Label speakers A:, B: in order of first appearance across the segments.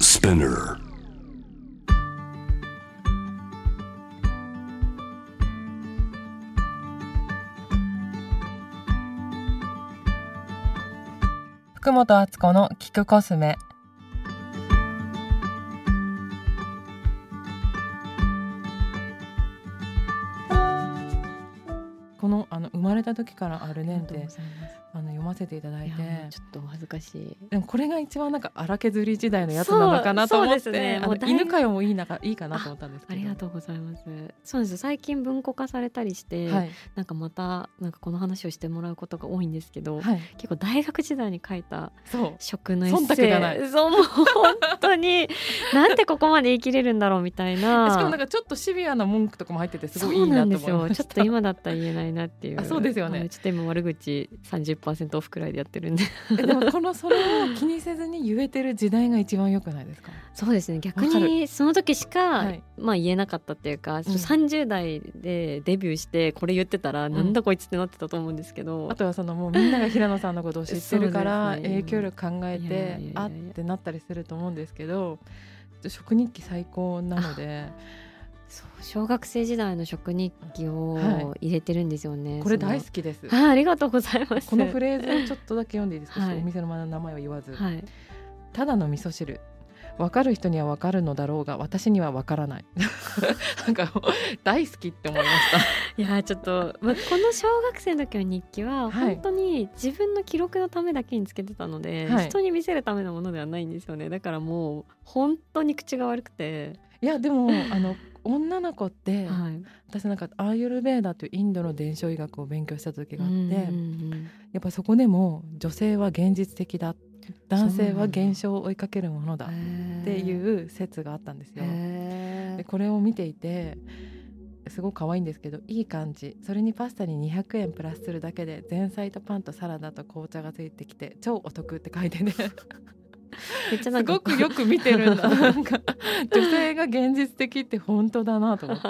A: Spinner.
B: 福本敦子の聞くコスメこのあの生まれた時からアルデン
C: ありがとう
B: テ
C: ございます
B: あの読ませていただい
C: いや
B: て
C: もうちょっとお恥ずかしい
B: でもこれが一番なんか荒削り時代のやつなのかなと思って、
C: そうそうですね
B: あ
C: も
B: の
C: うだいぶ
B: 犬飼いもいいなかいいかなと思ったんですけど
C: ありがとうございますそうなんですよ最近文庫化されたりして、
B: はい
C: なんかまたなんかこの話をしてもらうことが多いんですけど、
B: はい
C: 結構大学時代に書いた
B: そう
C: 食のエッ
B: 忖
C: セ
B: 度
C: イ
B: がない
C: そうもう本当 になんでここまで生きれるんだろうみたいな
B: しかもなんかちょっとシビアな文句とかも入っててすごいい
C: そう
B: い
C: な
B: なんと
C: です
B: 思いま
C: よ
B: した
C: ちょっと今だったら言えないなっていう
B: あそうですよね
C: あのちょっと今悪口30%オフくらいでやってるんで
B: えでもこのそれを気にせずに言えてる時代が一番良くないですか。
C: そうですね逆
B: わか
C: にその時しか、
B: はい
C: まあ言えなかったっていうか、30代でデビューしてこれ言ってたら、
B: ん
C: なんだこいつってなってたと思うんですけど
B: あとはそのもうみんなが平野さんのことを知ってるか
C: そ
B: ら
C: うですね
B: 影響力考え
C: いやいやいや
B: て
C: いや
B: あってなったりすると思うんですけど食日記最高なので
C: そう小学生時代の食日記を
B: は
C: 入れてるんですよね、
B: これ大好
C: き
B: きです。
C: あありがとうございます
B: このフレーズをちょっとだけ読んでいいですか、
C: はい
B: ちょっとお店の名前は言わず、
C: はい
B: ただの味噌汁わかる人にはわかるのだろうが私にはわから ないなんか大好きって思いました
C: いやーちょっと、まあ、この小学生の時の日記は
B: はい
C: 本当に自分の記録のためだけにつけてたので、
B: はい
C: 人に見せるためのものではないんですよねだからもう本当に口が悪くて、
B: いやでもあの女の子って、
C: はい
B: 私なんかアーユルベーダというインドの伝承医学を勉強した時があって、
C: うんうんう
B: や
C: ん
B: っぱそこでも女性は現実的だ男性は
C: そうなんだ
B: 現象を追いかけるものだって
C: う
B: いう説があったんですよ。
C: へ
B: で
C: ー
B: これを見ていてすごく可愛いんですけどいい感じそれにパスタに200円プラスするだけで前菜とパンとサラダと紅茶がついてきて超お得って書いてね
C: めっちゃな
B: す
C: んか
B: ごくよく見てるん だなんか女性が現実的って本当だなと 思って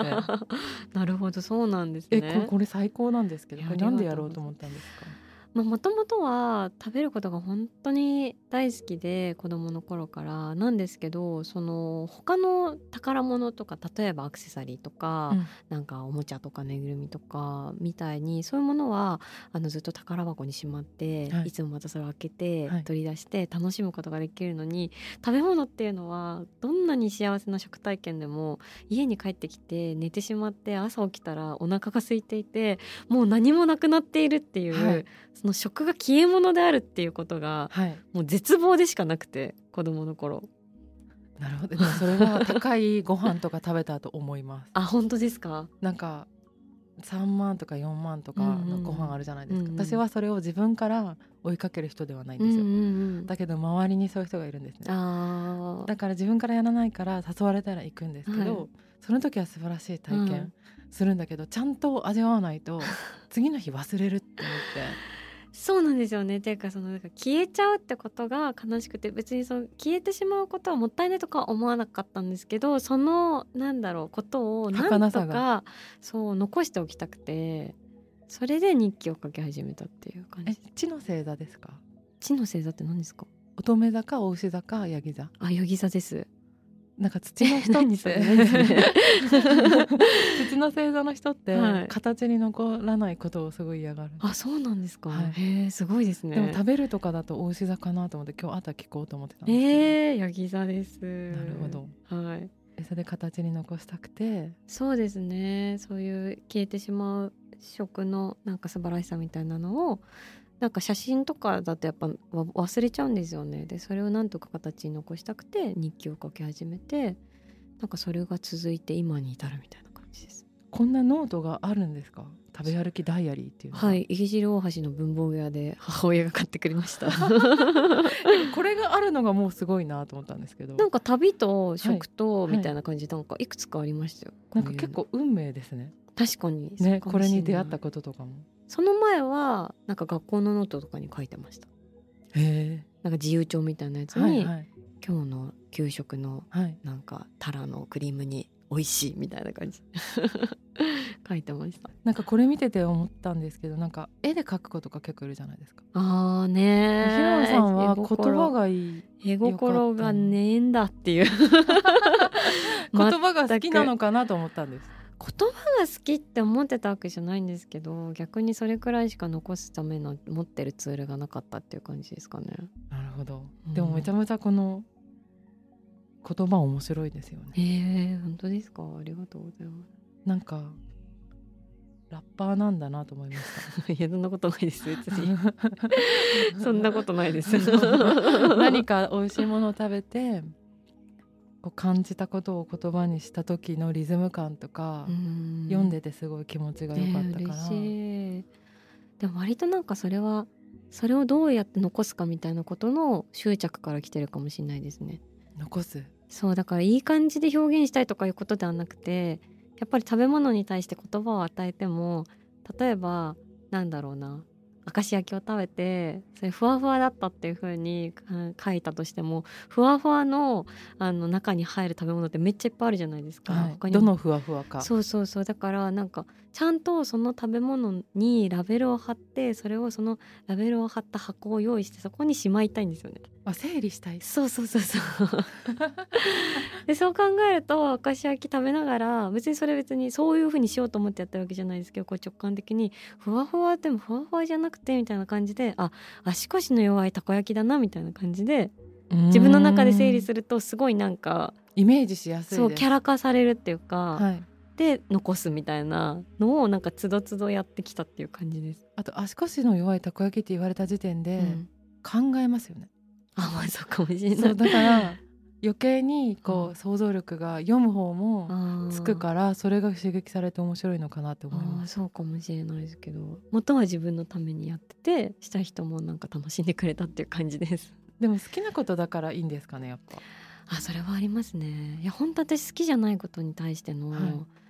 C: なるほどそうなんです
B: えこれ
C: ね
B: これ最高なんですけど
C: いや
B: これなんで
C: あ
B: や
C: り
B: ろ
C: がとう
B: う
C: ご
B: と
C: ざい
B: 思
C: ま
B: ったんですか
C: もともとは食べることが本当に大好きで子供の頃からなんですけどその他の宝物とか例えばアクセサリーとか、
B: うん
C: なんかおもちゃとかぬいぐるみとかみたいにそういうものはあのずっと宝箱にしまって、
B: はい
C: い、つもまたそれを開けて、
B: はい
C: 取り出して楽しむことができるのに食べ物っていうのはどんなに幸せな食体験でも家に帰ってきて寝てしまって朝起きたらお腹が空いていてもう何もなくなっているっていう、
B: はい
C: その食が消え物であるっていうことが
B: はい
C: もう絶望でしかなくて子供の頃
B: なるほどでもそれは高いご飯とか食べたと思います
C: あ本当ですか
B: なんか3万とか4万とかのご飯あるじゃないですか、
C: うんうん
B: 私はそれを自分から追いかける人ではないん
C: う
B: で
C: ん
B: す
C: うん
B: よ、
C: うん
B: だけど周りにそういう人がいるんですね
C: あー
B: だから自分からやらないから誘われたら行くんですけど、
C: は
B: その時は素晴らしい体験するんだけど、ちゃんと味わわない と次の日忘れるって思っ
C: そうなんですよね。ていうかそのなんか消えちゃうってことが悲しくて別にその消えてしまうことはもったいないとかは思わなかったんですけどそのなんだろうことをなん
B: 儚
C: と
B: さ
C: かそう残しておきたくてそれで日記を書き始めたっていう感
B: てえ
C: じ。
B: 地の星座ですか
C: 地の星座って何ですか
B: 乙女座かお牛座かヤギ座
C: あヨギ座です。
B: なんか土の人
C: 何
B: っ
C: そ
B: て
C: れ何それ
B: 土の星座の人って
C: はい
B: 形に残らないことをすごい嫌がる、
C: あそうなんですか。
B: はい
C: へえすごいですね。
B: でも食べるとかだとお牛座かなと思って今日朝聞こうと思ってたんですけど、
C: ええヨギ座です。な
B: なるほど。
C: はい。
B: えそれ形に残したくて
C: そうですねそういう消えてしまう食のなんか素晴らしさみたいなのをなんか写真とかだとやっぱわ忘れちゃうんですよねでそれをなんとか形に残したくて日記を書き始めてなんかそれが続いて今に至るみたいな感じです
B: こんなノートがあるんですか食べ歩きダイアリーっていうのが
C: はい池尻大橋の文房具屋で母親が買ってくれ ました
B: これがあるのがもうすごいなと思ったんですけど
C: なんか旅と食と
B: はい
C: みたいな感じでなんかいくつかありましたよ、
B: なんか
C: こういう
B: 結構運命ですね
C: 確かにそう
B: ね
C: か
B: こ
C: もし
B: れ
C: ない
B: に出会ったこととかも
C: その前はなんか学校のノートとかに書いてました
B: へ
C: なんか自由帳みたいなやつ
B: え
C: に、
B: はいはい
C: 今日の給食の
B: はい
C: なんかタラのクリームに美味しいみたいな感じ 書書いてました
B: なんかこれ見てて思ったんですけどなんか絵で描く子とか結構いるじゃないですか。
C: ああね
B: ひろさんは
C: 絵
B: 言
C: 心
B: 葉がいい
C: 絵心がねえんだって いうま
B: 言葉が好きなのかなと思ったんです。
C: 言葉が好きって思ってたわけじゃないんですけど逆にそれくらいしか残すための持ってるツールがなかったっていう感じですかね。
B: なるほど
C: うん
B: でもめちゃめちゃこの言葉面白いですよね。
C: へえ本当ですかありがとうございま
B: なんかラッパーなんだなと思いまし
C: す。いやそんなことないです別に。
B: た
C: そんなことないです
B: 何か美味しいものを食べてこう感じたことを言葉にした時のリズム感とか、読んでてすごい気持ちが良かったから、
C: ねえ嬉しいでも割となんかそれはそれをどうやって残すかみたいなことの執着から来てるかもしれないですね
B: 残す
C: そうだからいい感じで表現したいとかいうことではなくてやっぱり食べ物に対して言葉を与えても例えばなんだろうな明石焼きを食べてそれふわふわだったっていう風にうん書いたとしてもふわふわのあの中に入る食べ物ってめっちゃいっぱいあるじゃないですか、
B: はい
C: 他にも
B: どのふわふわか
C: そうそうそうだからなんかちゃんとその食べ物にラベルを貼ってそれをそのラベルを貼った箱を用意してそこにしまいたいんですよね
B: あ整理したい
C: そうそうそうそう でそう考えると明石焼き食べながら別にそれ別にそういう風にしようと思ってやってるわけじゃないですけどこう直感的にふわふわでもふわふわじゃなくてみたいな感じであ足腰の弱いたこ焼きだなみたいな感じで自分の中で整理す
B: る
C: るとすごいなんか
B: イメージしやすいです
C: そうキャラ化されるっていうか、
B: はい、
C: で残すみたいなのをなんかつどつどやってきたっていう感じです。
B: あと足腰の弱いたこ焼きって言われた時点で
C: うん
B: 考えますよね、
C: あまあそうかもしれない。
B: そうだ から余計にこ
C: うん
B: う想像力が読む方もつく
C: ら
B: からそれが刺激されて面白いのかなって思います
C: そうかもしれないですけど元は自分のためにやっててした人もなんか楽しんでくれたっていう感じです。
B: でも好きなことだからいいんですかねやっぱ
C: あそれはありますね。いや本当私好きじゃないことに対しての、
B: はい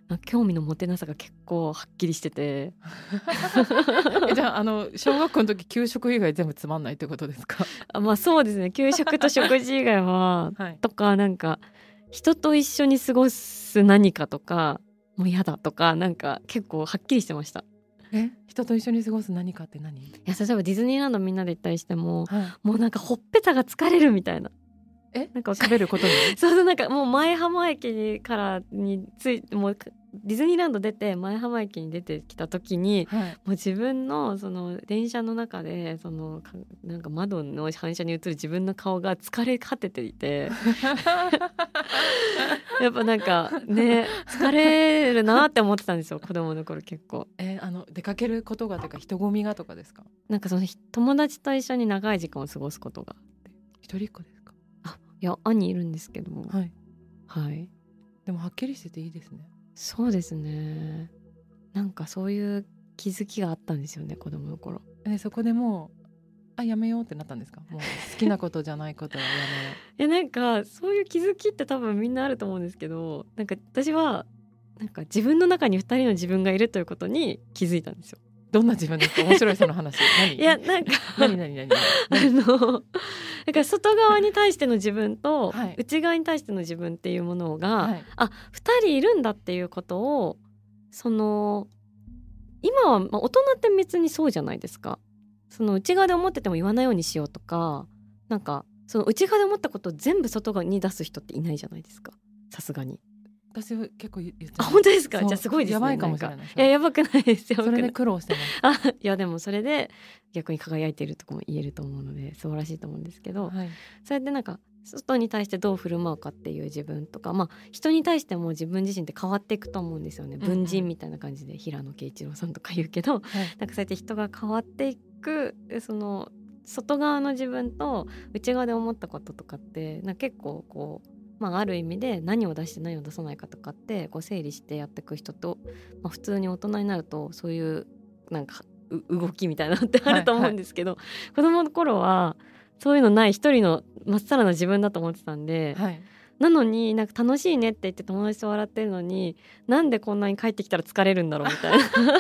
C: なんか興味の持てなさが結構はっきりしてて
B: えじゃああの小学校の時給食以外全部つまんないってことです か
C: あまあそうですね給食と食事以外は
B: はい
C: とかなんか人と一緒に過ごす何かとかもう嫌だとかなんか結構はっきりしてましたい
B: え人と一緒に過ごす何かって何、
C: や例えばディズニーランドみんなで行ったりしてももうなんかほっぺたが疲れるみたいな
B: え
C: なんかわか
B: 喋ることに
C: そうそうなんかもう前浜駅からについもうディズニーランド出て前浜駅に出てきた時に
B: はい
C: もう自分のその電車の中でそのかなんか窓の反射に映る自分の顔が疲れ果てていてやっぱなんかね疲れるなって思ってたんですよ子供の頃結構
B: えあの出かけることがというか人混みがとかですか
C: なんかそのひ友達と一緒に長い時間を過ごすことが
B: 一人っ子ですか
C: あいや兄いるんですけども
B: はい
C: はい
B: でもはっきりしてていいですね
C: そうですねなんかそういう気づきがあったんですよね子供の頃
B: えそこでもうあやめようってなったんですかもう好きなことじゃないことはやめよ
C: いやなんかそういう気づきって多分みんなあると思うんですけどなんか私はなんか自分の中に2人の自分がいるということに気づいたんですよ。
B: う どんな自分ですか面白いその話何
C: いやなんか
B: 何何何
C: あのなんか外側に対しての自分と、
B: はい
C: 内側に対しての自分っていうものが、
B: 何はい
C: あ2人いるんだっていうことをその今は、まあ、大人って別にそうじゃないですかその内側で思ってても言わないようにしようとかなんかその内側で思ったことを全部外側に出す人っていないじゃないですかさすがに
B: 私は結構言っちゃい
C: あ
B: ます
C: 本当ですか
B: そう
C: じゃあすごいですね
B: やばいかもしれない
C: んかややばくないですやば
B: そ
C: くな
B: れ
C: い
B: で苦労してます
C: あいやでもそれで逆に輝いているとかも言えると思うので素晴らしいと思うんですけど、
B: はい
C: それでなんか外に対してどう振る舞うかっていう自分とか、まあ、人に対しても自分自身って変わっていくと思うんですよね
B: うんうん
C: 文人みたいな感じで平野啓一郎さんとか言うけ
B: は
C: ど、
B: い
C: なんかそうやって人が変わっていくでその外側の自分と内側で思ったこととかってなんか結構こう。まあ、ある意味で何を出して何を出さないかとかってこう整理してやっていく人と、まあ、普通に大人になるとそういうなんかう動きみたいなのってあると思うんですけど、子供の頃はそういうのない一人のまっさらな自分だと思ってたんで、
B: はい
C: なのになんか楽しいねって言って友達と笑ってるのになんでこんなに帰ってきたら疲れるんだろう みたいな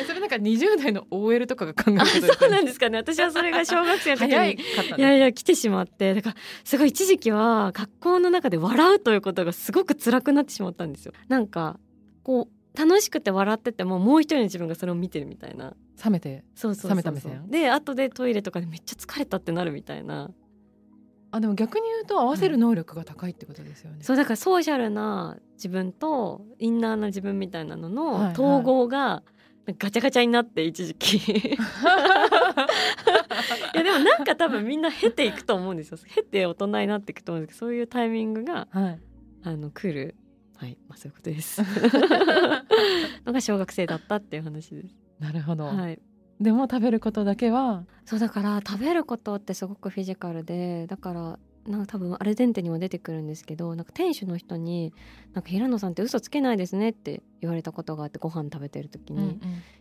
B: えそれなんか20代の OL とかが考える
C: あ
B: ことです
C: そう
B: よ
C: なん
B: ね
C: ですかね私はそれが小学生の時に
B: 早いかった
C: いや
B: ね
C: いや来てしまってだからすごい一時期は学校の中で笑うということがすごく辛くなってしまったんですよ。なんかこう楽しくて笑っててももう一人の自分がそれを見てるみたいな
B: 冷めて
C: そうそうそうそう
B: 冷めた目線
C: で後でトイレとかでめっちゃ疲れたってなるみたいな
B: あでも逆に言うと合わせる能力が高いってことですよね、
C: そうだからソーシャルな自分とインナーな自分みたいなの
B: はいは
C: の
B: い
C: 統合がなんかガチャガチャになって一 時期いやでもなんか多分みんな経ていくと思うんですよ経て大人になっていくと思うんですけどそういうタイミングが
B: はい
C: あの来るはいまあそういうことです のが小学生だったっていう話です
B: なるほど、
C: はい
B: でも食べることだけは
C: そうだから食べることってすごくフィジカルでだからなんか多分アルデンテにも出てくるんですけどなんか店主の人に「なんか平野さんって嘘つけないですね」って言われたことがあってご飯食べてる時に「い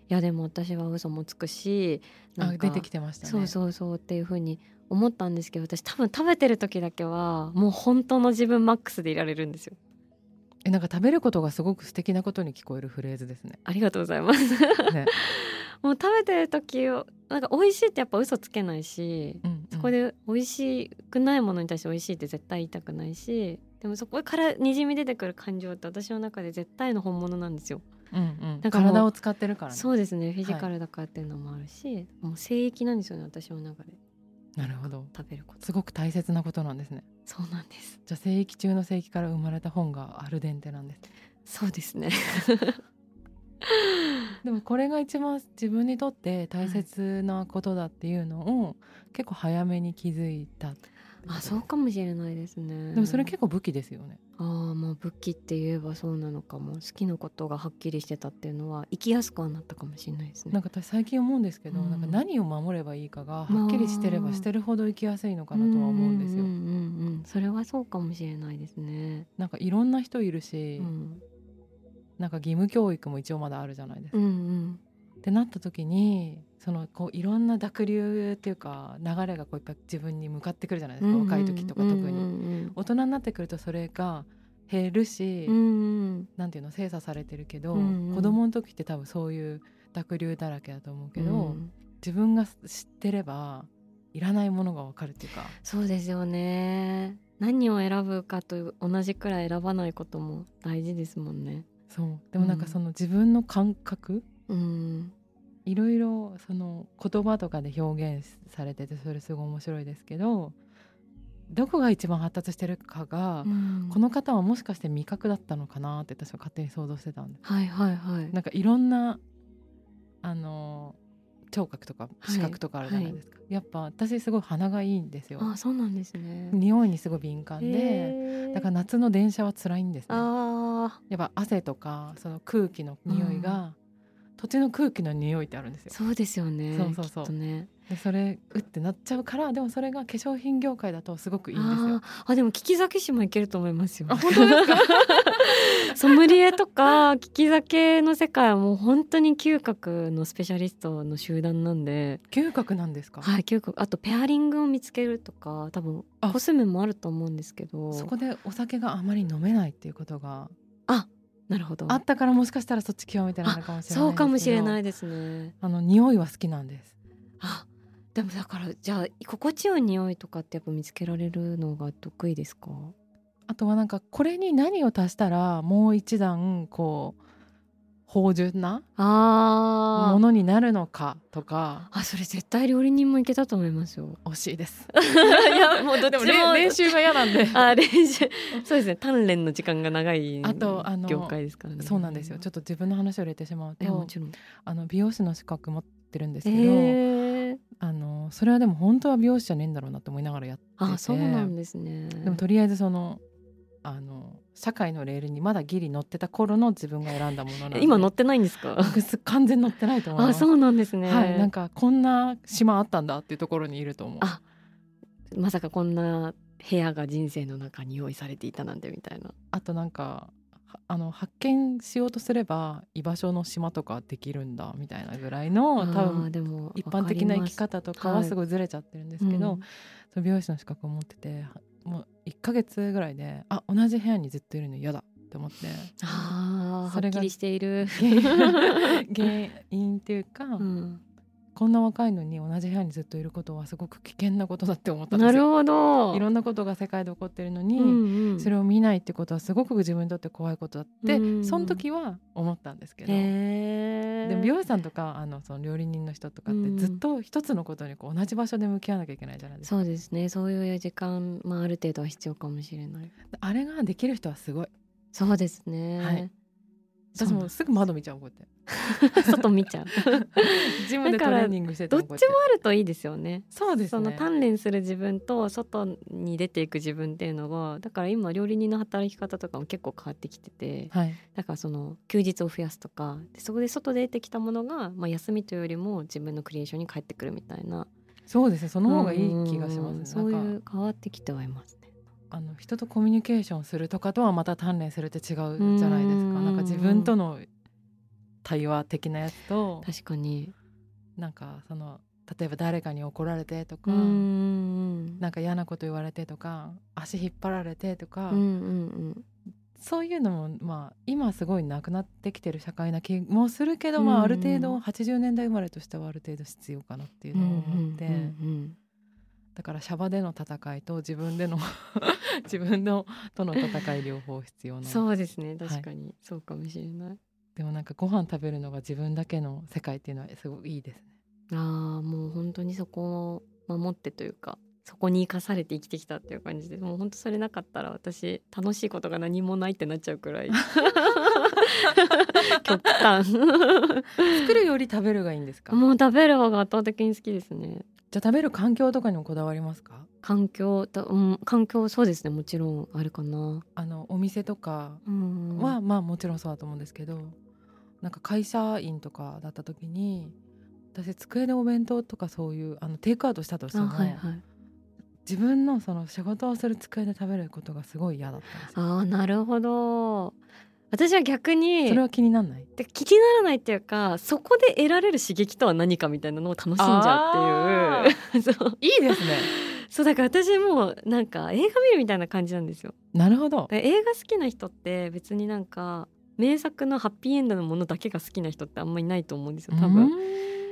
C: やでも私は嘘もつくしな
B: あ
C: んか
B: 出てきてましたね
C: そうそうそう」っていうふうに思ったんですけど私多分食べてる時だけはもう本当の自分マックスでいられるんですよ。
B: えなんか食べることがすごく素敵なことに聞こえるフレーズです ね
C: ありがとうございます。
B: ね
C: もう食べてる時をなんか美味しいってやっぱ嘘つけないし
B: うんうん
C: そこで美味しくないものに対して美味しいって絶対言いたくないしでもそこからにじみ出てくる感情って私の中で絶対の本物なんですよ。
B: うんうん
C: なんかもう
B: 体を使ってるからね
C: そうですねフィジカルだからっていうのもあるし、もう聖域なんですよね私の中で
B: なるほど
C: 食べること
B: すごく大切なことなんですね
C: そうなんです
B: じゃあ聖域中の聖域から生まれた本がアルデンテなんです
C: そうですね
B: でもこれが一番自分にとって大切なことだっていうのを結構早めに気づいたってこと
C: あそうかもしれないですね
B: でもそれ結構武器ですよね
C: ああまあ武器って言えばそうなのかも好きなことがはっきりしてたっていうのは生きやすくはなったかもしれないですね
B: なんか私最近思うんですけど、
C: うん
B: なんか何を守ればいいかがはっきりしてればしてるほど生きやすいのかなとは思うんですよ、
C: うんうんうんうんそれはそうかもしれないですね。
B: なんかいろんな人いるし、
C: うん、
B: なんか義務教育も一応まだあるじゃないですか、
C: うんうん
B: ってなった時にそのこういろんな濁流っていうか流れがこういっぱい自分に向かってくるじゃないですか、若い時とか特に、
C: に。
B: 大人になってくるとそれが減るし、
C: うんうん
B: なんていうの精査されてるけど、
C: うんうん
B: 子供の時って多分そういう濁流だらけだと思うけど、
C: うん
B: 自分が知ってればいらないものがわかるっていうか
C: そうですよね。何を選ぶかという同じくらい選ばないことも大事ですもんね。
B: そうでもなんか
C: うん
B: その自分の感覚
C: うん、
B: いろいろその言葉とかで表現されててそれすごい面白いですけどどこが一番発達してるかが、
C: うん
B: この方はもしかして味覚だったのかなって私は勝手に想像してたんです。
C: はいはいはい。
B: なんかいろんなあの聴覚とか
C: い
B: 視覚とかあるじゃないですか、やっぱ私すごい鼻がいいんですよ
C: あそうなんですね。
B: 匂いにすごい敏感で
C: へー
B: だから夏の電車は辛いんですね
C: ああ
B: やっぱ汗とかその空気の匂いが、土地の空気の匂いってあるんですよ
C: そうですよね。
B: そうそうそう
C: きっとね。
B: でそれうってなっちゃうからでもそれが化粧品業界だとすごくいいんですよ
C: あーあでも聞き酒師もいけると思いますよ。
B: あ本当ですか
C: ソムリエとか聞き酒の世界はもう本当に嗅覚のスペシャリストの集団なんで、
B: 嗅覚なんですか、
C: はい、嗅覚あとペアリングを見つけるとか多分
B: あ
C: コスメもあると思うんですけど
B: そこでお酒があまり飲めないっていうことが
C: なるほど
B: あったからもしかしたらそっち極めてないのかもしれないですけど
C: そうかもしれないいですね。
B: あの匂いは好きなんです
C: あでもだからじゃあ心地よい匂いとかってやっぱ見つけられるのが得意ですか
B: あとはなんかこれに何を足したらもう一段こう芳醇な
C: あ
B: も
C: ー
B: のになるのかとか
C: あそれ絶対料理人もいけたと思いますよ。
B: 惜しいです
C: いやもうどっち
B: で
C: も
B: も練練習が嫌なんで
C: あ練習そうですね鍛錬の時間が長い
B: あとあの
C: 業界ですからね
B: そうなんですよちょ
C: ょっ
B: っと自分の話を入れてしまう
C: も
B: と
C: ちろん
B: あの美容師の資格持ってるんです
C: え
B: けど、
C: ー、
B: あのそれはでも本当は美容師じゃねえんだろうなと思いながらやってて
C: あそうなんですね
B: でもとりあえずそのあの社会のレールにまだギリ乗ってた頃の自分が選んだものなんで
C: 今乗ってないんですか
B: 僕す完全乗ってないと思いま
C: あ
B: す
C: そうなんですね、
B: はい、なんかこんな島あったんだっていうところにいると思う。
C: あまさかこんな部屋が人生の中に用意されていたなんてみたいな
B: あとなんかはあの発見しようとすれば居場所の島とかできるんだみたいなぐらいの多
C: あー
B: 分
C: でも
B: 一般的な生き
C: わか
B: 方とか
C: は
B: はいすごいずれちゃってるんです
C: り
B: け
C: ます
B: ど、その美容師の資格を持っててはもう1ヶ月ぐらいであ同じ部屋にずっといるの嫌だって思って
C: うんあーは
B: それ
C: っ
B: が
C: きりしている、
B: 原因原因っていうか、
C: うん
B: こんな若いのに同じ部屋にずっといることはすごく危険なことだって思ったんで
C: な
B: す
C: る
B: よ。
C: ほど
B: いろんなことが世界で起こってるの
C: うん
B: に、
C: うん
B: それを見ないってことはすごく自分にとって怖いことだって、
C: うん
B: その時は思ったんですけど、
C: へー
B: でも美容師さんとかあのその料理人の人とかっ
C: う
B: て
C: ん
B: ずっと一つのことにこう同じ場所で向き合わなきゃいけないじゃないですか。
C: そうですねそういう時間、まあ、ある程度は必要かもしれない
B: あれができる人はすごい。
C: そうですね、
B: はい私
C: そうな
B: も
C: ん
B: すぐ窓見ちゃうこうやって。
C: 外見ちゃう
B: ジムでトレーニングしてて
C: どっ
B: も
C: ち
B: こ
C: も
B: うやて
C: あるといいですよね
B: そうです
C: その
B: ね。
C: 鍛錬する自分と外に出ていく自分っていうのがだから今料理人の働き方とかも結構変わってきてて
B: はい。
C: だからその休日を増やすとかでそこで外で出てきたものが、まあ、休みというよりも自分のクリエーションに返ってくるみたいな
B: そうですね。その方がいい気がし
C: うんうんうん
B: ます
C: そ
B: ね。
C: うい
B: なんか
C: う変わってきてはいますね
B: あの人とコミュニケーションするとかとはまた鍛錬するって違うじゃないですか。
C: うん
B: なんか自分との対話的なやつと
C: 確かに
B: なんかその例えば誰かに怒られてとか
C: う。ん
B: なんか嫌なこと言われてとか足引っ張られてとか、
C: うんうん
B: そういうのもまあ今すごいなくなってきてる社会な気もするけど、まあ、ある程
C: うんう
B: 度
C: ん
B: 80年代生まれとしてはある程度必要かなっていう
C: うんう
B: のを
C: ん
B: 思って、
C: うんうん
B: だからシャバでの戦いと自分での 自分のとの戦い両方必要な
C: うん
B: の
C: そうですね
B: い
C: 確かにそうかもしれない
B: でもなんかご飯食べるのが自分だけの世界っていうのはすごくいいですね。
C: ああもう本当にそこを守ってというかそこに生かされて生きてきたっていう感じでもう本当それなかったら私楽しいことが何もないってなっちゃう くらい極端
B: 作るより食べるがいいんですか。じ
C: もう食べる方が圧倒的に好きですね
B: ゃあ食べる環境とかにもこだわりますか。
C: 環境と、うん、環境そうですねもちろんあるかな、
B: あのお店とか
C: うん、
B: はまあもちろんそうだと思うんですけどなんか会社員とかだった時に私机でお弁当とかそういうあのテイクアウトしたとして
C: あ
B: も、
C: はいはい
B: 自分のその仕事をする机で食べることがすごい嫌だったんですよ
C: ああなるほど私は逆に
B: それは気になんない
C: で気にならないっていうかそこで得られる刺激とは何かみたいなのを楽しんじゃうっていう そう
B: いいですね
C: そうだから私もなんか映画見るみたいな感じなんですよ
B: なるほど
C: え映画好きな人って別になんか名作のハッピーエンドのものだけが好きな人ってあんまりいないと思うんですよ多分、
B: う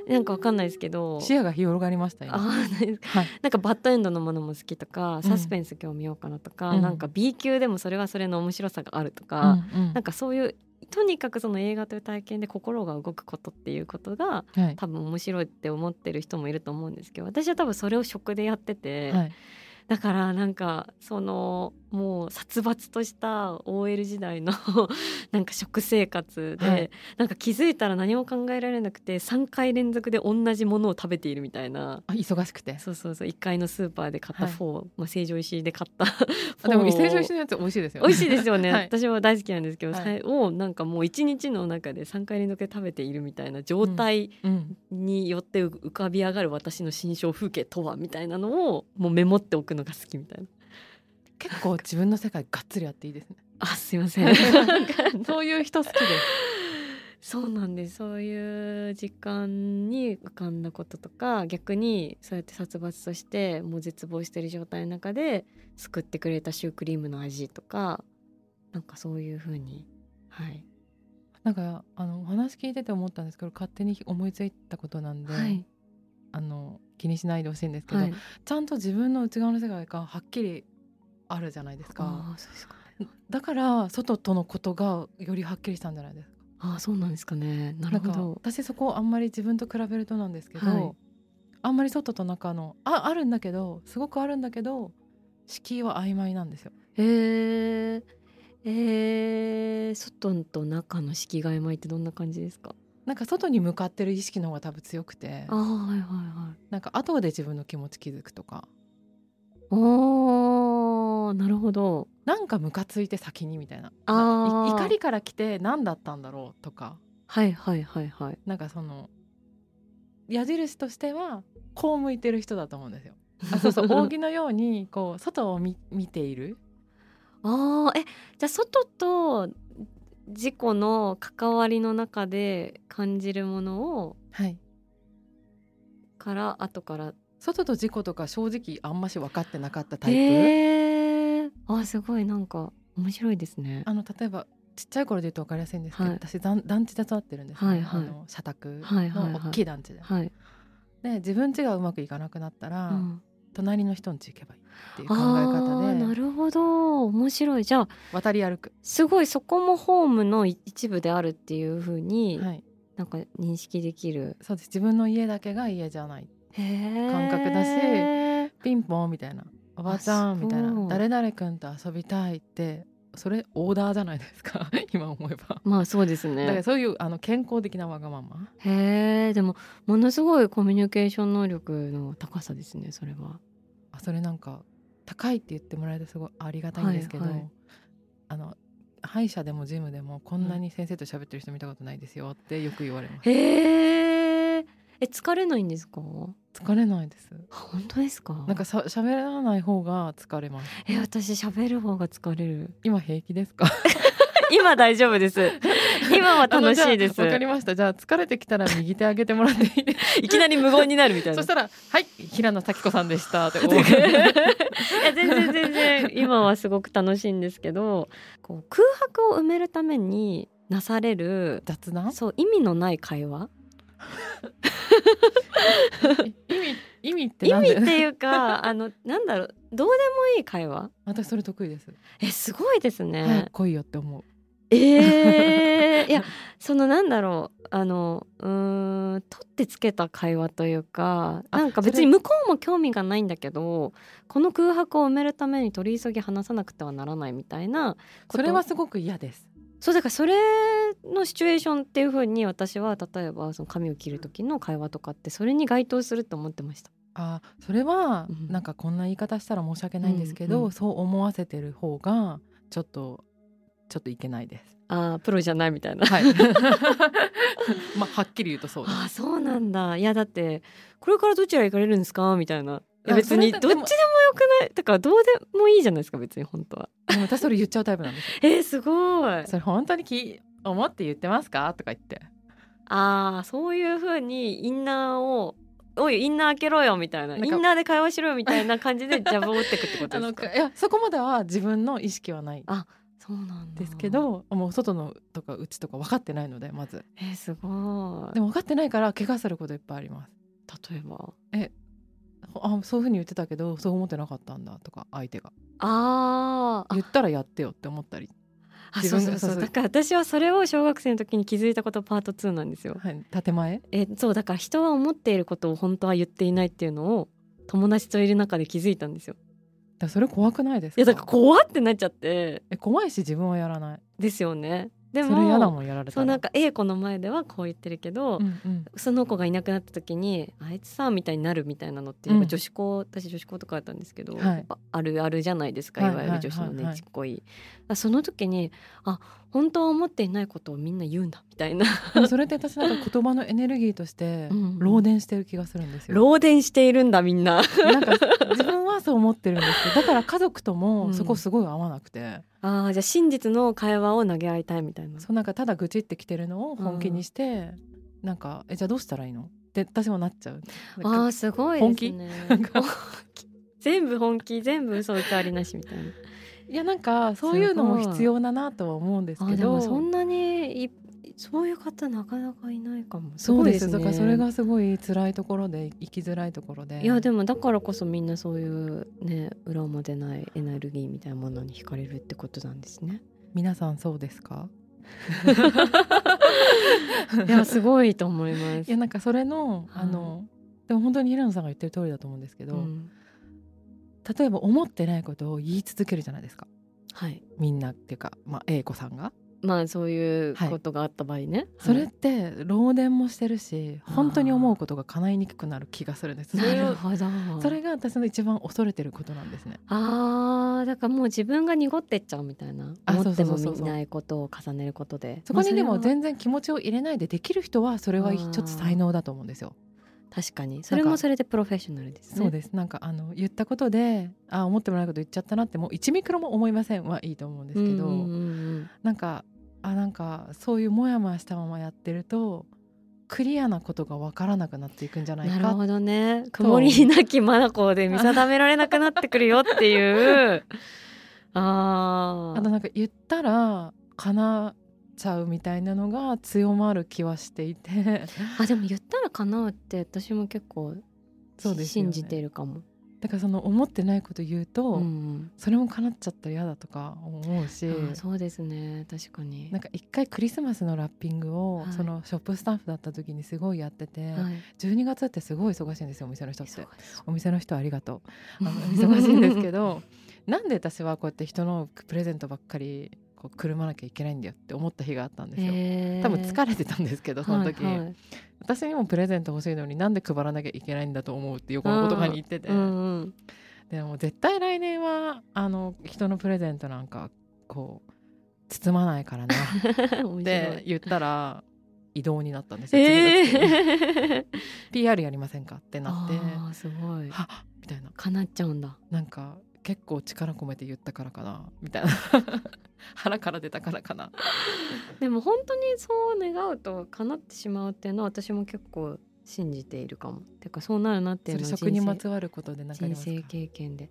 C: なんかわかんないですけど
B: 視野が広がりましたよ、
C: あーない
B: はい、
C: なんかバッドエンドのものも好きとかサスペンス今日見ようかなとか、
B: うん
C: なんか B 級でもそれはそれの面白さがあるとか、
B: うん
C: なんかそういうとにかくその映画という体験で心が動くことっていうことが
B: うんはい
C: 多分面白いって思ってる人もいると思うんですけど私は多分それを食でやってて、
B: はい
C: だからなんかそのもう殺伐とした OL 時代の なんか食生活で、
B: はい
C: なんか気づいたら何も考えられなくて3回連続で同じものを食べているみたいな。
B: あ忙しくて
C: そうそうそう1階のスーパーで買った
B: はい
C: フォー、まあ、成城石井 で買ったフォー
B: あでも
C: を
B: 伊勢城市のやつ美味しいですよ、ね、
C: 美味しいですよね、
B: はい
C: 私は大好きなんですけど、
B: はい
C: さいをなんかもう一日の中で3回連続で食べているみたいな状態
B: うん、
C: によって浮かび上がる私の心象風景とはみたいなのをもうメモっておくのが好きみたいな
B: 結構自分の世界がっつりやっていい ですね
C: あすいま せんなんか
B: そういう人好きです
C: そうなんですそういう時間に浮かんだこととか逆にそうやって殺伐としてもう絶望してる状態の中で救ってくれたシュークリームの味とかなんかそういう風にはい、
B: なんかあのお話聞いてて思ったんですけど勝手に思いついたことなんで、
C: はい
B: あの気にしないでほしいんですけど、
C: はい
B: ちゃんと自分の内側の世界がはっきりあるじゃないですか
C: あーそうですかね
B: だから外とのことがよりはっきりしたんじゃないですか
C: あーそうなんですかねなるほ
B: なん
C: ど
B: か私そこあんまり自分と比べるとなんですけど、
C: はい
B: あんまり外と中のああるんだけどすごくあるんだけど敷居は曖昧なんですよ
C: へーえー、外と中の式が曖昧ってどんな感じですか
B: なんか外に向かってる意識の方が多分強くて
C: あーはいはいはい
B: なんか後で自分の気持ち気づくとか
C: おーなるほど
B: なんかムカついて先にみたいな
C: あ
B: ない
C: ー
B: 怒りから来て何だったんだろうとか
C: はいはいはいはい
B: なんかその矢印としてはこう向いてる人だと思うんですよ。あそうそう 扇のようにこう外を見見ている
C: あーえじゃあ外と自己の関わりの中で感じるものを
B: はい
C: から後から
B: 外と自己とか正直あんまし分かってなかったタイプ、
C: へえあーすごいなんか面白いですね
B: あの例えばちっちゃい頃で言うと分かりやすいんですけど、
C: はい
B: 私団団地で育ってるんですね、
C: はいは
B: あ
C: い
B: の社宅
C: はいはいはい
B: の大きい団地で、
C: はい
B: で自分家がうまくいかなくなったら、
C: うん
B: 隣の人ん家行けばいいっていう考え
C: あーな
B: 方で
C: るほど面白いじゃあ
B: 渡り歩く、
C: すごいそこもホームの一部であるっていう風に、
B: はい、
C: なんか認識できる
B: そうです自分の家だけが家じゃない
C: 感
B: 覚だしピンポンみたいなおばちゃんみたい
C: そ
B: な
C: う
B: 誰々君と遊びたいってそれオーダーじゃないですか 今思えば。
C: まあそうです
B: だから
C: ね
B: そういうあの健康的なわがまま
C: へえでもものすごいコミュニケーション能力の高さですねそれは
B: あそれなんか高いって言ってもらえてすごいありがたいんですけど、
C: はいはい
B: あの歯医者でもジムでもこんなに先生と喋ってる人見たことないですよってよく言われます、
C: へええ疲れないんですか
B: 疲れないです
C: あ本当ですか
B: なんかさ喋らない方が疲れます
C: え私喋る方が疲れる
B: 今平気ですか
C: 今大丈夫です 今は 楽しいで
B: あのじゃあわか
C: す
B: りましたじゃあ疲れてきたら右手上げてもらっていいですか
C: いきなり無言になるみたい
B: そ
C: な
B: したらはい平野咲子さんでしたって終わ
C: い
B: る
C: や全然全然今はすごく楽しいんですけどこう空白を埋めるためになされる
B: 雑談
C: そう意味のない会話
B: 意味意味って
C: 意
B: なん
C: 味
B: で
C: っていうか あのなんだろうどうでもいい会話
B: 私それ得意です、
C: えすごいですね、
B: 早く来いよって思う
C: え ー、いやそのなんだろうあのうーん取ってつけた会話というか
B: あ
C: なんか別
B: そ
C: に
B: れ
C: 向こうも興味がないんだけどこの空白を埋めるために取り急ぎ話さなくてはならないみたいなこと
B: それはすごく嫌です
C: そうだからそれのシチュエーションっていう風に私は例えばその髪を切る時の会話とかってそれに該当すると思ってました。
B: あそれは
C: うん
B: なんかこんな言い方したら申し訳ないんですけど、
C: うんうん
B: そう思わせてる方がちょっとちょっといけないです。
C: あープロじゃないみたいな。
B: はい。 まあはっきり言うとそうです。
C: あーそうなんだいやだってこれからどちら行かれるんですかみたいな。い
B: あ
C: や別に
B: そ
C: ど
B: れ
C: っち
B: で
C: で
B: で
C: も
B: も
C: よくないだからどうでもいいじゃないですか別に本当は。
B: でも私それ言っちゃうタイプなんですよ。
C: えー、すごい
B: それ本当にき思って言ってますかとか言って。
C: あーそういう風にインナーを「おいインナー開けろよ」みたいな
B: なんか
C: インナーで会話しろよみたいな感じでジャブを打ってくってこと
B: あ
C: で
B: の
C: す
B: い
C: か
B: やそこまでは自分の意識はない
C: そうなんだ
B: ですけど、もう外のとかうちとか分かってないのでまず。
C: えー、すごい
B: でも分かってないから怪我することいっぱいあります。
C: 例えば
B: あそういうふうに言ってたけどそう思ってなかったんだとか相手が
C: あー
B: 言ったらやってよって思ったり、
C: あ
B: 自
C: そう
B: 分
C: そう
B: がそうそ
C: そう
B: う
C: だから私はそれを小学生の時に気づいたことパート2なんですよ
B: はい、建前
C: えそうだから人は思っていることを本当は言っていないっていうのを友達といる中で気づいたんですよ
B: だからそれ怖くないです
C: い
B: か
C: やだから怖ってなっちゃって
B: え怖いし自分はやらない
C: ですよねでも
B: それ嫌だもんやられたら
C: そうなんか A 子の前ではこう言ってるけど、
B: うんうん
C: その子がいなくなった時にあいつさみたいになるみたいなのってやっぱ
B: うん
C: 女子校、私女子校とかだったんですけど、
B: はい
C: やっぱあるあるじゃないですか、、
B: はいい
C: わゆる女子の
B: はいは
C: ね
B: い
C: ちっこい,、その時にあ本当は思っていないことをみんな言うんだみたい な
B: でもそれって私なんか言葉のエネルギーとして
C: うん
B: 漏電してる気がするんですよ、
C: 漏電しているんだみんな
B: なんか自分はそう思ってるんですけどだから家族と
C: うん
B: もそこすごい合わなくて、
C: あーじゃあ真実の会話を投げ合いたいみたいな
B: そうなんかただ愚痴ってきてるのを本気にして、なんかえじゃあどうしたらいいのって私もなっちゃう
C: あ
B: なん
C: ー
B: か
C: すごいですね
B: 本気
C: 全部本気全部嘘偽りなしみたいな
B: いやなんかそういうのも必要だなとは思うんです
C: あ
B: け
C: ーで
B: ど
C: もそんなにいそういう方なかなかいないかもす
B: そ
C: ご
B: う
C: い
B: で
C: です
B: す
C: ね
B: だからそれがすごい辛いところで生きづらいところで
C: いやでもだからこそみんなそういうね裏も出ないエネルギーみたいなものに惹かれるってことなんです ね。
B: 皆さんそうですか
C: いやすごいと思いま
B: い
C: す。
B: やなんかそれの
C: はい
B: あのでも本当に平野さんが言ってる通りだと思うんですけど、
C: うん
B: 例えば思ってないことを言い続けるじゃないですか
C: はい。
B: みんなっていうか、まあ、A 子さんが
C: まあそういう
B: はい
C: ことがあった場合ね。
B: それ
C: は
B: っ
C: い
B: て漏電もしてるし本当に思うことが叶いにくくなる気がするんですそれ
C: なる
B: を
C: ほど。
B: それが私の一番恐れてることなんですね
C: ああだからもう自分が濁ってっちゃうみたいな
B: あ
C: 思っても
B: そうそうそうそう
C: みないことを重ねることで
B: そこにで
C: まあ
B: も
C: れは
B: 全然気持ちを入れないでできる人はそれはちょっと才能だと思うんですよ
C: 確かにそれもそれでプロフェッショナルですね。
B: そうですなんかあの言ったことであ思ってもないこと言っちゃったなってもう1ミクロも思いませんはいいと思うんですけど、
C: うんうんうんうん
B: なんかあなんかそういうモヤモヤしたままやってるとクリアなことが分からなくなっていくんじゃない
C: なる
B: か
C: ほどね曇りなき眼で見定められなくなってくるよって いうあ
B: あ
C: ー
B: となんか言ったら叶ちゃうみたいなのが強まる気はしていて
C: あでも言ったら叶うって私も結構
B: そうですよね
C: 信じてるかも。
B: だからその思ってないこと言うと、
C: うん
B: それも叶っちゃったら嫌だとか思うし
C: あそうですね確かに
B: なんか一回クリスマスのラッピングを、
C: はい
B: そのショップスタッフだった時にすごいやってて、
C: はい、
B: 12月ってすごい忙しいんですよお店の人って
C: 忙
B: お店の人ありがとう あの忙しいんですけどなんで私はこうやって人のプレゼントばっかりこうくるまなきゃいけないんだよって思った日があったんですよ、
C: えー
B: 多分疲れてたんですけどその時、
C: はいはい
B: 私にもプレゼント欲しいのになんで配らなきゃいけないんだと思うって横の言葉に言ってて、
C: うんうん
B: でも絶対来年はあの人のプレゼントなんかこう包まないからな っ
C: 面白
B: て
C: い
B: 言ったら移動になったん ですよ、
C: え
B: 次の月に
C: ー、
B: PR やりませんかってなって
C: あーすごい
B: はっみたいな
C: 叶っちゃうんだ
B: なんか結構力込めて言ったからかなみたいな 腹から出たからかな
C: でも本当にそう願うと叶ってしまうっていうのは私も結構信じているかもてかそうなるなってい
B: そうれ
C: のは
B: 食に
C: 人生
B: まつわることでなんかあり
C: 人
B: ますか
C: 生経験で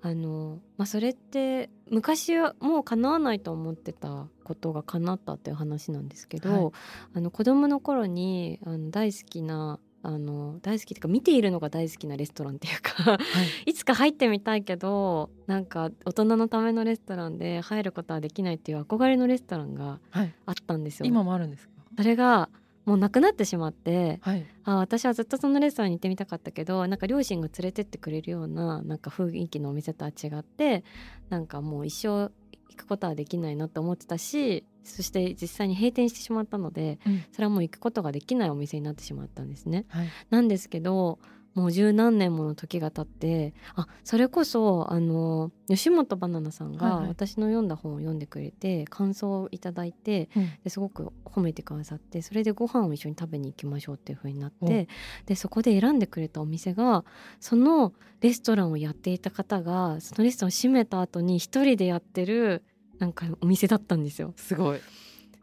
C: あの、まあ、それって昔はもう叶わないと思ってたことが叶ったっていう話なんですけど、
B: はい
C: あの子供の頃にあの大好きなあの大好きっていうか見ているのが大好きなレストランっていうか
B: は い
C: いつか入ってみたいけどなんか大人のためのレストランで入ることはできないっていう憧れのレストランが
B: はい、
C: あったんですよ。
B: 今もあるんですか
C: それがもうなくなってしまって
B: はい
C: あ私はずっとそのレストランに行ってみたかったけどなんか両親が連れてってくれるようななんか雰囲気のお店とは違ってなんかもう一生行くことはできないなと思ってたしそして実際に閉店してしまったので、
B: うん
C: それはもう行くことができないお店になってしまったんですね。
B: はい
C: なんですけどもう十何年もの時が経ってあそれこそあの吉本ばななさん
B: はい
C: が
B: はい
C: 私の読んだ本を読んでくれて感想をいただいて、ですごく褒めてくださってそれでご飯を一緒に食べに行きましょうっていう風になっ
B: お
C: てでそこで選んでくれたお店がそのレストランをやっていた方がそのレストランを閉めた後に一人でやってるなんかお店だったんですよ。
B: すごいし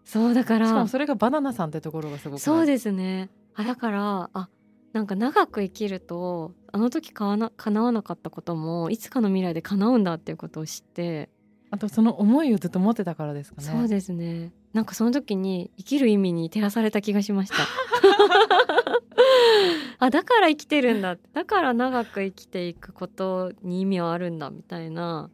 C: そうだか
B: からもそれがバナナさんってところがすごくない
C: そうですねあだからあなんか長く生きるとあの時かわな叶わなかったこともいつかの未来で叶うんだっていうことを知って
B: あとその思いをずっと持ってたからですかね
C: そうですね。なんかその時に生きる意味に照らされた気がしました。あだから生きてるんだだから長く生きていくことに意味はあるんだみたいな、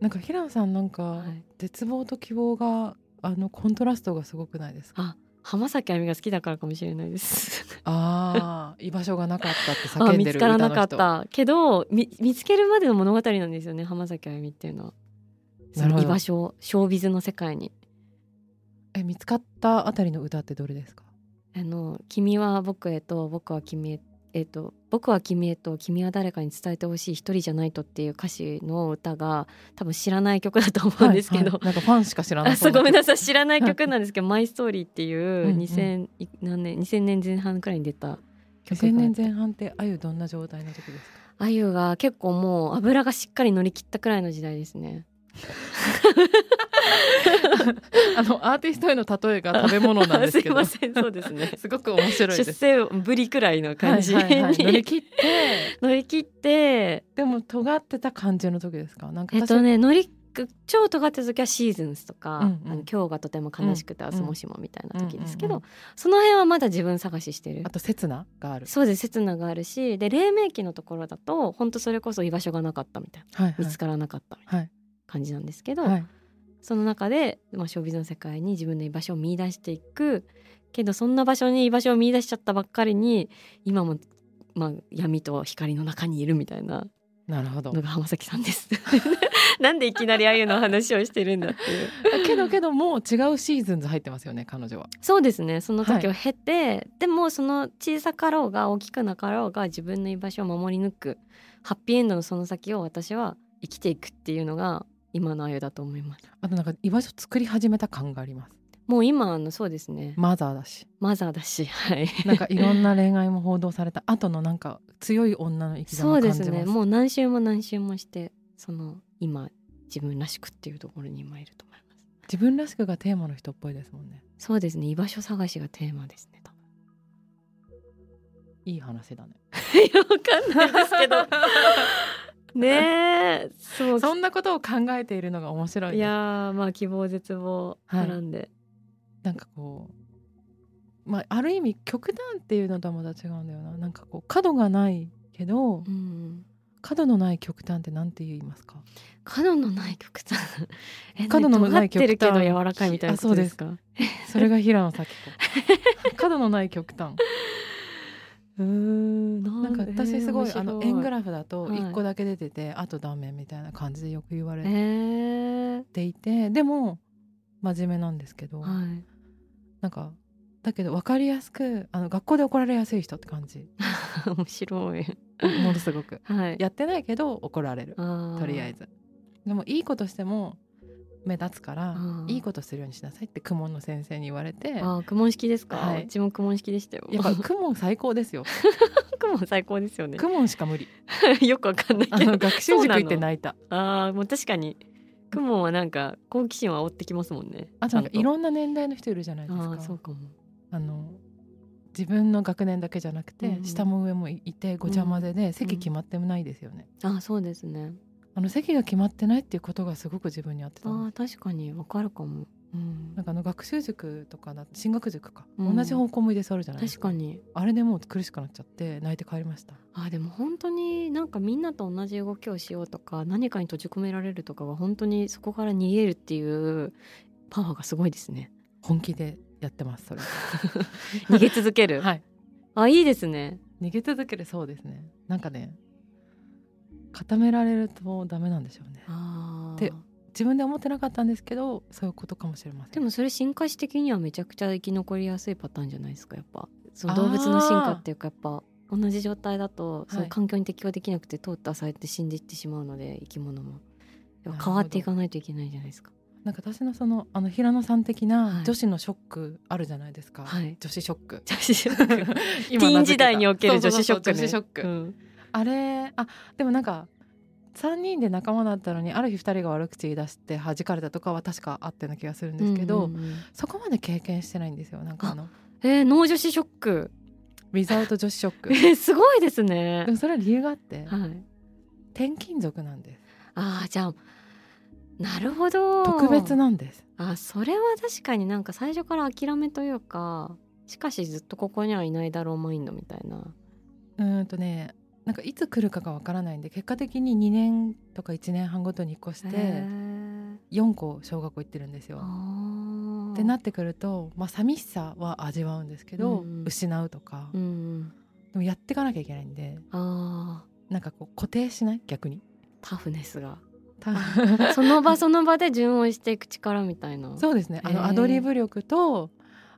B: なんか平野さんなんか
C: はい
B: 絶望と希望があのコントラストがすごくないですか
C: あ浜崎あみが好きだからかもしれないです。
B: ああ居場所がなかったって
C: あ
B: 叫ん
C: 見
B: で
C: つ
B: る
C: か
B: 歌の
C: ら
B: 人
C: なかったけどみ見つけるまでの物語なんですよね浜崎あゆみっていうのは。そ
B: なるほ
C: の
B: ど
C: 居場所をショービズの世界に
B: え見つかったあたりの歌ってどれですか
C: あの君は僕へと僕は君へえっと僕は君へと君は誰かに伝えてほしい一人じゃないとっていう歌詞の歌が多分知らない曲だと思うんですけど、
B: はいはいなんかファンしか知らな
C: あ
B: い
C: そうごめん
B: な
C: なさい知らない曲なんですけど「マイストーリーっていう
B: うんうん
C: 2000い何年2000年前半くらいに出た曲
B: 2000
C: が
B: 年前半ってあゆどんな状態の時ですか
C: あゆが結構もう油がしっかり乗り切ったくらいの時代ですね。
B: あのアーティストへの例えが食べ物なんですけど
C: すいませんそうですね
B: すごく面白いで
C: 出
B: す
C: 世ぶりくらいの感じに、
B: はいはいはい乗り切って
C: 乗り切って
B: でも尖ってた感じの時ですかなんか
C: えっ
B: 私
C: とねノリ超尖ってた時はシーズンズとか、
B: うんうん
C: あの今日がとても悲しくて明
B: ん
C: 日もしもみたいな時ですけど、
B: うんうん
C: その辺はまだ自分探ししてる
B: あと刹那がある
C: そうです刹那があるしで黎明期のところだと本当それこそ居場所がなかったみたい
B: はい
C: な見つからなかったみたい
B: はい
C: な感じなんですけど、
B: はいはい
C: その中で、まあ、ショービズの世界に自分の居場所を見出していくけどそんな場所に居場所を見出しちゃったばっかりに今も、まあ、闇と光の中にいるみたいな
B: なるほど
C: のが浜崎さんです。 なんでいきなりあゆの話をしてるんだっていう。
B: けどけどもう違うシーズンズ入ってますよね彼女は。
C: そうですねその時
B: は
C: を経て、でもその小さかろうが大きくなかろうが自分の居場所を守り抜くハッピーエンドのその先を私は生きていくっていうのが今のあゆだと思います。
B: あとなんか居場所作り始めた感があります。
C: もう今あのそうですね
B: マザーだし、
C: マザーだしはい。
B: なんかいろんな恋愛も報道された後のなんか強い女の生き様
C: そ
B: を
C: う
B: 感じ
C: で
B: ます。
C: すねもう何周も何周もしてその今自分らしくっていうところに今いると思います。
B: 自分らしくがテーマの人っぽいですもんね。
C: そうですね居場所探しがテーマですね多分
B: いい話だね。
C: いやわかんないですけ どねえそう
B: そんなことを考えているのが面白いね。
C: いやーまあ希望絶望はらんで、
B: ななんかこう、まあ、ある意味極端っていうのとはまた違うんだよななんかこう角がないけど、
C: うん、
B: 角のない極端ってなんて言いますか
C: 角のない極端 え
B: 角のない極端
C: 尖ってるけど柔らかいみたいなことですか
B: それが平野咲 子角のない極端
C: うーん
B: なんか私すごいあの円グ
C: ラ
B: ラフだと
C: はい
B: 1個だけ出てて、あと断面みたいな感じでよく言わ
C: え
B: れ
C: ー、
B: ていてでも真面目なんですけど、
C: はい
B: なんかだけど分かりやすくあの学校で怒られやすい人って感じ
C: 面白い
B: ものすごく
C: はい
B: やってないけど怒られると
C: と
B: りあえ
C: ず
B: ずでもいいことしても目立つから
C: あー
B: いいことするようにしなさいって公文の先生に言われてやっ
C: あー公文式ですか、
B: はいう
C: ちも公文式でしたよ
B: ぱ公文最高ですよ
C: 公文最高ですよ ね
B: 公文しか無理
C: よくわかんない
B: あ
C: けど
B: の学習塾行って泣いた
C: ああもう確かに公文はなんか好奇心は煽ってきますもんね
B: あとなんか
C: ちゃ
B: い
C: ん
B: ろんな年代の人いるじゃないです
C: あ
B: か
C: あそうかも
B: あの自分の学年だけじゃなくて、
C: うん
B: 下も上もいてごちゃ混ぜで、席決まってもないですよね、
C: ああそうですね
B: あの席が決まってないっていうことがすごく自分に合ってたんです
C: ああ確かにわかるかも、うん
B: なんかあの学習塾とかだ進学塾か、
C: うん
B: 同じ方向向いて座るじゃないです
C: 確
B: か
C: かに
B: あれでもう苦しくなっちゃって泣いて帰りました
C: あーでも本当になんかみんなと同じ動きをしようとか何かに閉じ込められるとかは本当にそこから逃げるっていうパワーがすごいです ね
B: 本気でやってますそれ
C: 逃げ続ける、
B: はい
C: あいいですね
B: 逃げ続けるそうですねなんかね固められるとダメなんでしょうね
C: あー
B: で自分では思ってなかったんですけどそういうことかもしれません
C: でもそれ進化史的にはめちゃくちゃ生き残りやすいパターンじゃないですかやっぱその動物の進化っていうかやっぱ同じ状態だとその環境に適応できなくて淘汰されて死んでいってしまうので生き物もやっぱ変わっていかないといけないじゃないですか。
B: なんか私のそのあの平野さん的
C: は
B: ない女子のショックあるじゃないですか、
C: はい
B: 女子ショッ ク
C: ティ
B: 今名付け
C: ー
B: た
C: ン時代における女子ショックね。
B: そうそうそう女子ショック、
C: うん
B: あれあでもなんか3人で仲間だったのにある日2人が悪口言い出して弾かれたとかは確かあったような気がするんですけど、
C: うんうんうん
B: そこまで経験してないんですよなんかあの
C: えー、脳女子ショック。
B: 「ウィザウト女子ショック
C: え」 ー、すごいですね
B: で。もそれは理由があって
C: はい。
B: 転勤族なんです
C: ああじゃあなるほど。
B: 特別なんです
C: あそれは確かになんか最初から諦めというかしかしずっとここにはいないだろうマインドみたいな
B: うーんとねなんかいつ来るかがわからないんで結果的に2年とか1年半ごとに引っ越し
C: へ
B: て
C: ー
B: 4個小学校行ってるんですよ。
C: あ
B: ってな
C: っ
B: ってくると、まあ寂しさは味わうんですけど、
C: うんうん
B: 失うとか、
C: うんうん
B: でもやっていかなきゃいけないんで
C: あー
B: なんかこう固定しない逆に。
C: タフネスが
B: た
C: その場その場で順応していく力みたいな う
B: そうですねあ
C: へ
B: の
C: ー
B: アドリブ力と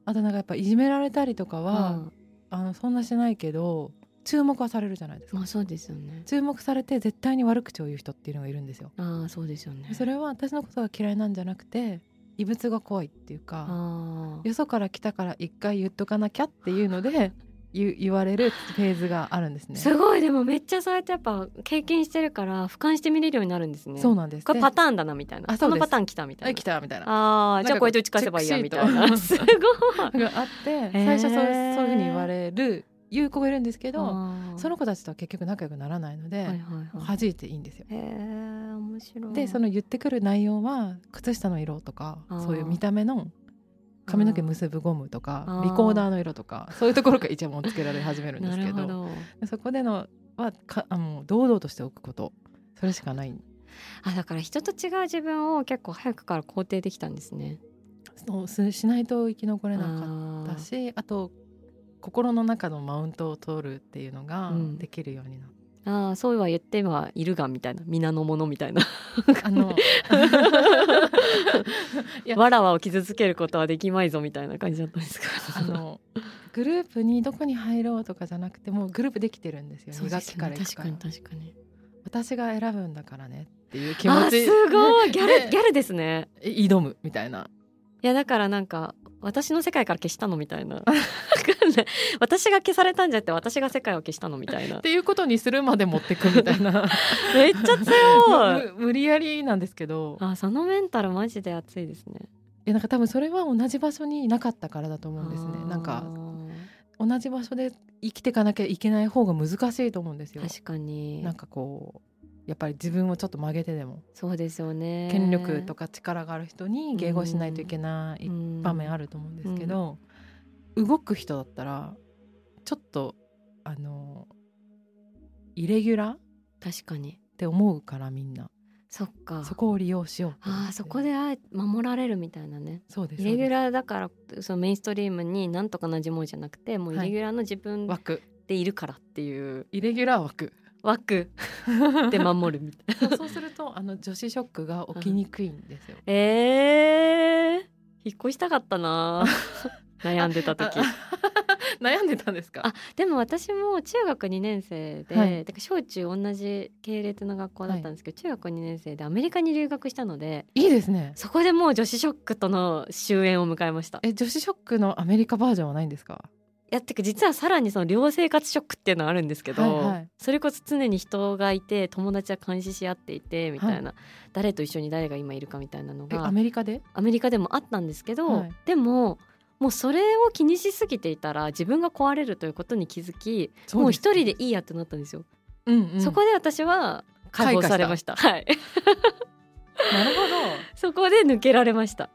B: あとなんかやっぱいじめられたりとかは、
C: は
B: あのそんなしないけど注目はされるじゃないですか。
C: まあそうですよね
B: 注目されて絶対に悪口を言う人っていうのがいるんですよ。
C: ああそうですよね
B: それは私のことが嫌いなんじゃなくて異物が怖いっていうか。
C: あー
B: よそから来たから一回言っとかなきゃっていうので 言言われるフェーズがあるんですね。
C: すごいでもめっちゃそうやってやっぱ経験してるから俯瞰して見れるようになるんですね
B: そうなんです。
C: これ
B: で
C: パターンだなみたいな
B: あそう
C: こ
B: です
C: のパターン来たみた
B: あ
C: い
B: 来
C: な
B: たみたいな。
C: ああーじゃ
B: なん
C: あ
B: か
C: こうやって打ち返せばいいやみたいな
B: チ
C: す
B: ェ
C: ご
B: ッ
C: い
B: クがあって
C: ー
B: 最初そういうそういうふうに言われるいう子がいるんですけど、 その
C: の
B: 子たちとは結局仲良くならないので、
C: はいはいはい
B: 弾いていいんですよ。
C: へえ面白い
B: でその言ってくる内容は靴下の色とか
C: あー
B: そういう見た目の髪の毛結ぶゴムとか
C: あー
B: リコーダーの色とかそういうところから一問つけられ始めるんで
C: な
B: す
C: る
B: け
C: ほ
B: ど
C: ど
B: そこでのはかあの堂々としておくことそれしかない
C: あだから人と違う自分を結構早くから肯定できたんですね
B: そうすしないと生き残れなか
C: あ
B: った
C: ー
B: しあと心の中のマウントを取るっていうのが
C: うん
B: できるようになっ
C: あーそうは言ってはいるがみたいな皆のものみたいな
B: た、あの いや
C: わらわを傷つけることはできまいぞみたいな感じだったんですか
B: あのグループにどこに入ろうとかじゃなくてもうグループできてるんですよ
C: そう
B: 2
C: で
B: 学
C: す
B: 期
C: よ
B: から
C: ね
B: 行く
C: 確
B: か
C: からに確かに
B: 私が選ぶんだからねっていう気
C: あ
B: 持
C: ー
B: ち
C: すごいギャル、
B: ね
C: ギャルですね
B: 挑むみたいない
C: やだからなんか私の世界から消したのみたいな わかんない私が消されたんじゃなくて私が世界を消したのみたいな
B: っていうことにするまで持ってくみたいな
C: めっちゃ強い
B: む 無理やりなんですけど
C: あそのメンタルマジで熱いですね。
B: えなんか多分それは同じ場所にいなかったからだと思うんです
C: あ
B: ね
C: ー
B: なんか同じ場所で生きていかなきゃいけない方が難しいと思うんですよ
C: 確かに
B: なんかこうやっぱり自分をちょっと曲げてでも
C: そうですよね
B: 権力とか力がある人に迎合しないといけない場面あると思うんですけど、動く人だったらちょっとあのイレギュラーっ
C: 確かに
B: て思うからみんな
C: そっか
B: そこを利用しようって思っ
C: あ
B: て
C: ーそこであえ守られるみたいなね
B: そうです
C: イレギュ
B: ー
C: ラーだからそのメインストリームになんとかなじもうじゃなくてもうイ
B: はい
C: レギュラーの自分
B: 枠
C: でいるからっていう
B: イレギュラー枠
C: 枠で守るみたいな。
B: そうそうするとあの女子ショックが起きにくいんですよ
C: えー、引っ越したかっ たな悩んでた時
B: ああ悩んでたんですか
C: あでも私も中学2年生で、
B: はい
C: てか小中同じ系列の学校だったんですけど、中学2年生でアメリカに留学したので
B: いいですね
C: そこでもう女子ショックとの終焉を迎えました。
B: え女子ショックのアメリカバージョンはないんですか
C: いやてか実はさらにその寮生活ショックっていうのはあるんですけど、
B: はいはい
C: それこそ常に人がいて友達は監視し合っていてみたいな、誰と一緒に誰が今いるかみたいなの
B: えア
C: が
B: メリカで
C: アメリカでもあったんですけど、
B: はい
C: でももうそれを気にしすぎていたら自分が壊れるということに気づきもう一人でいいやってなったんですよ。
B: うんうん
C: そこで私は解放されました。はい、
B: なるほど
C: そこで抜けられました。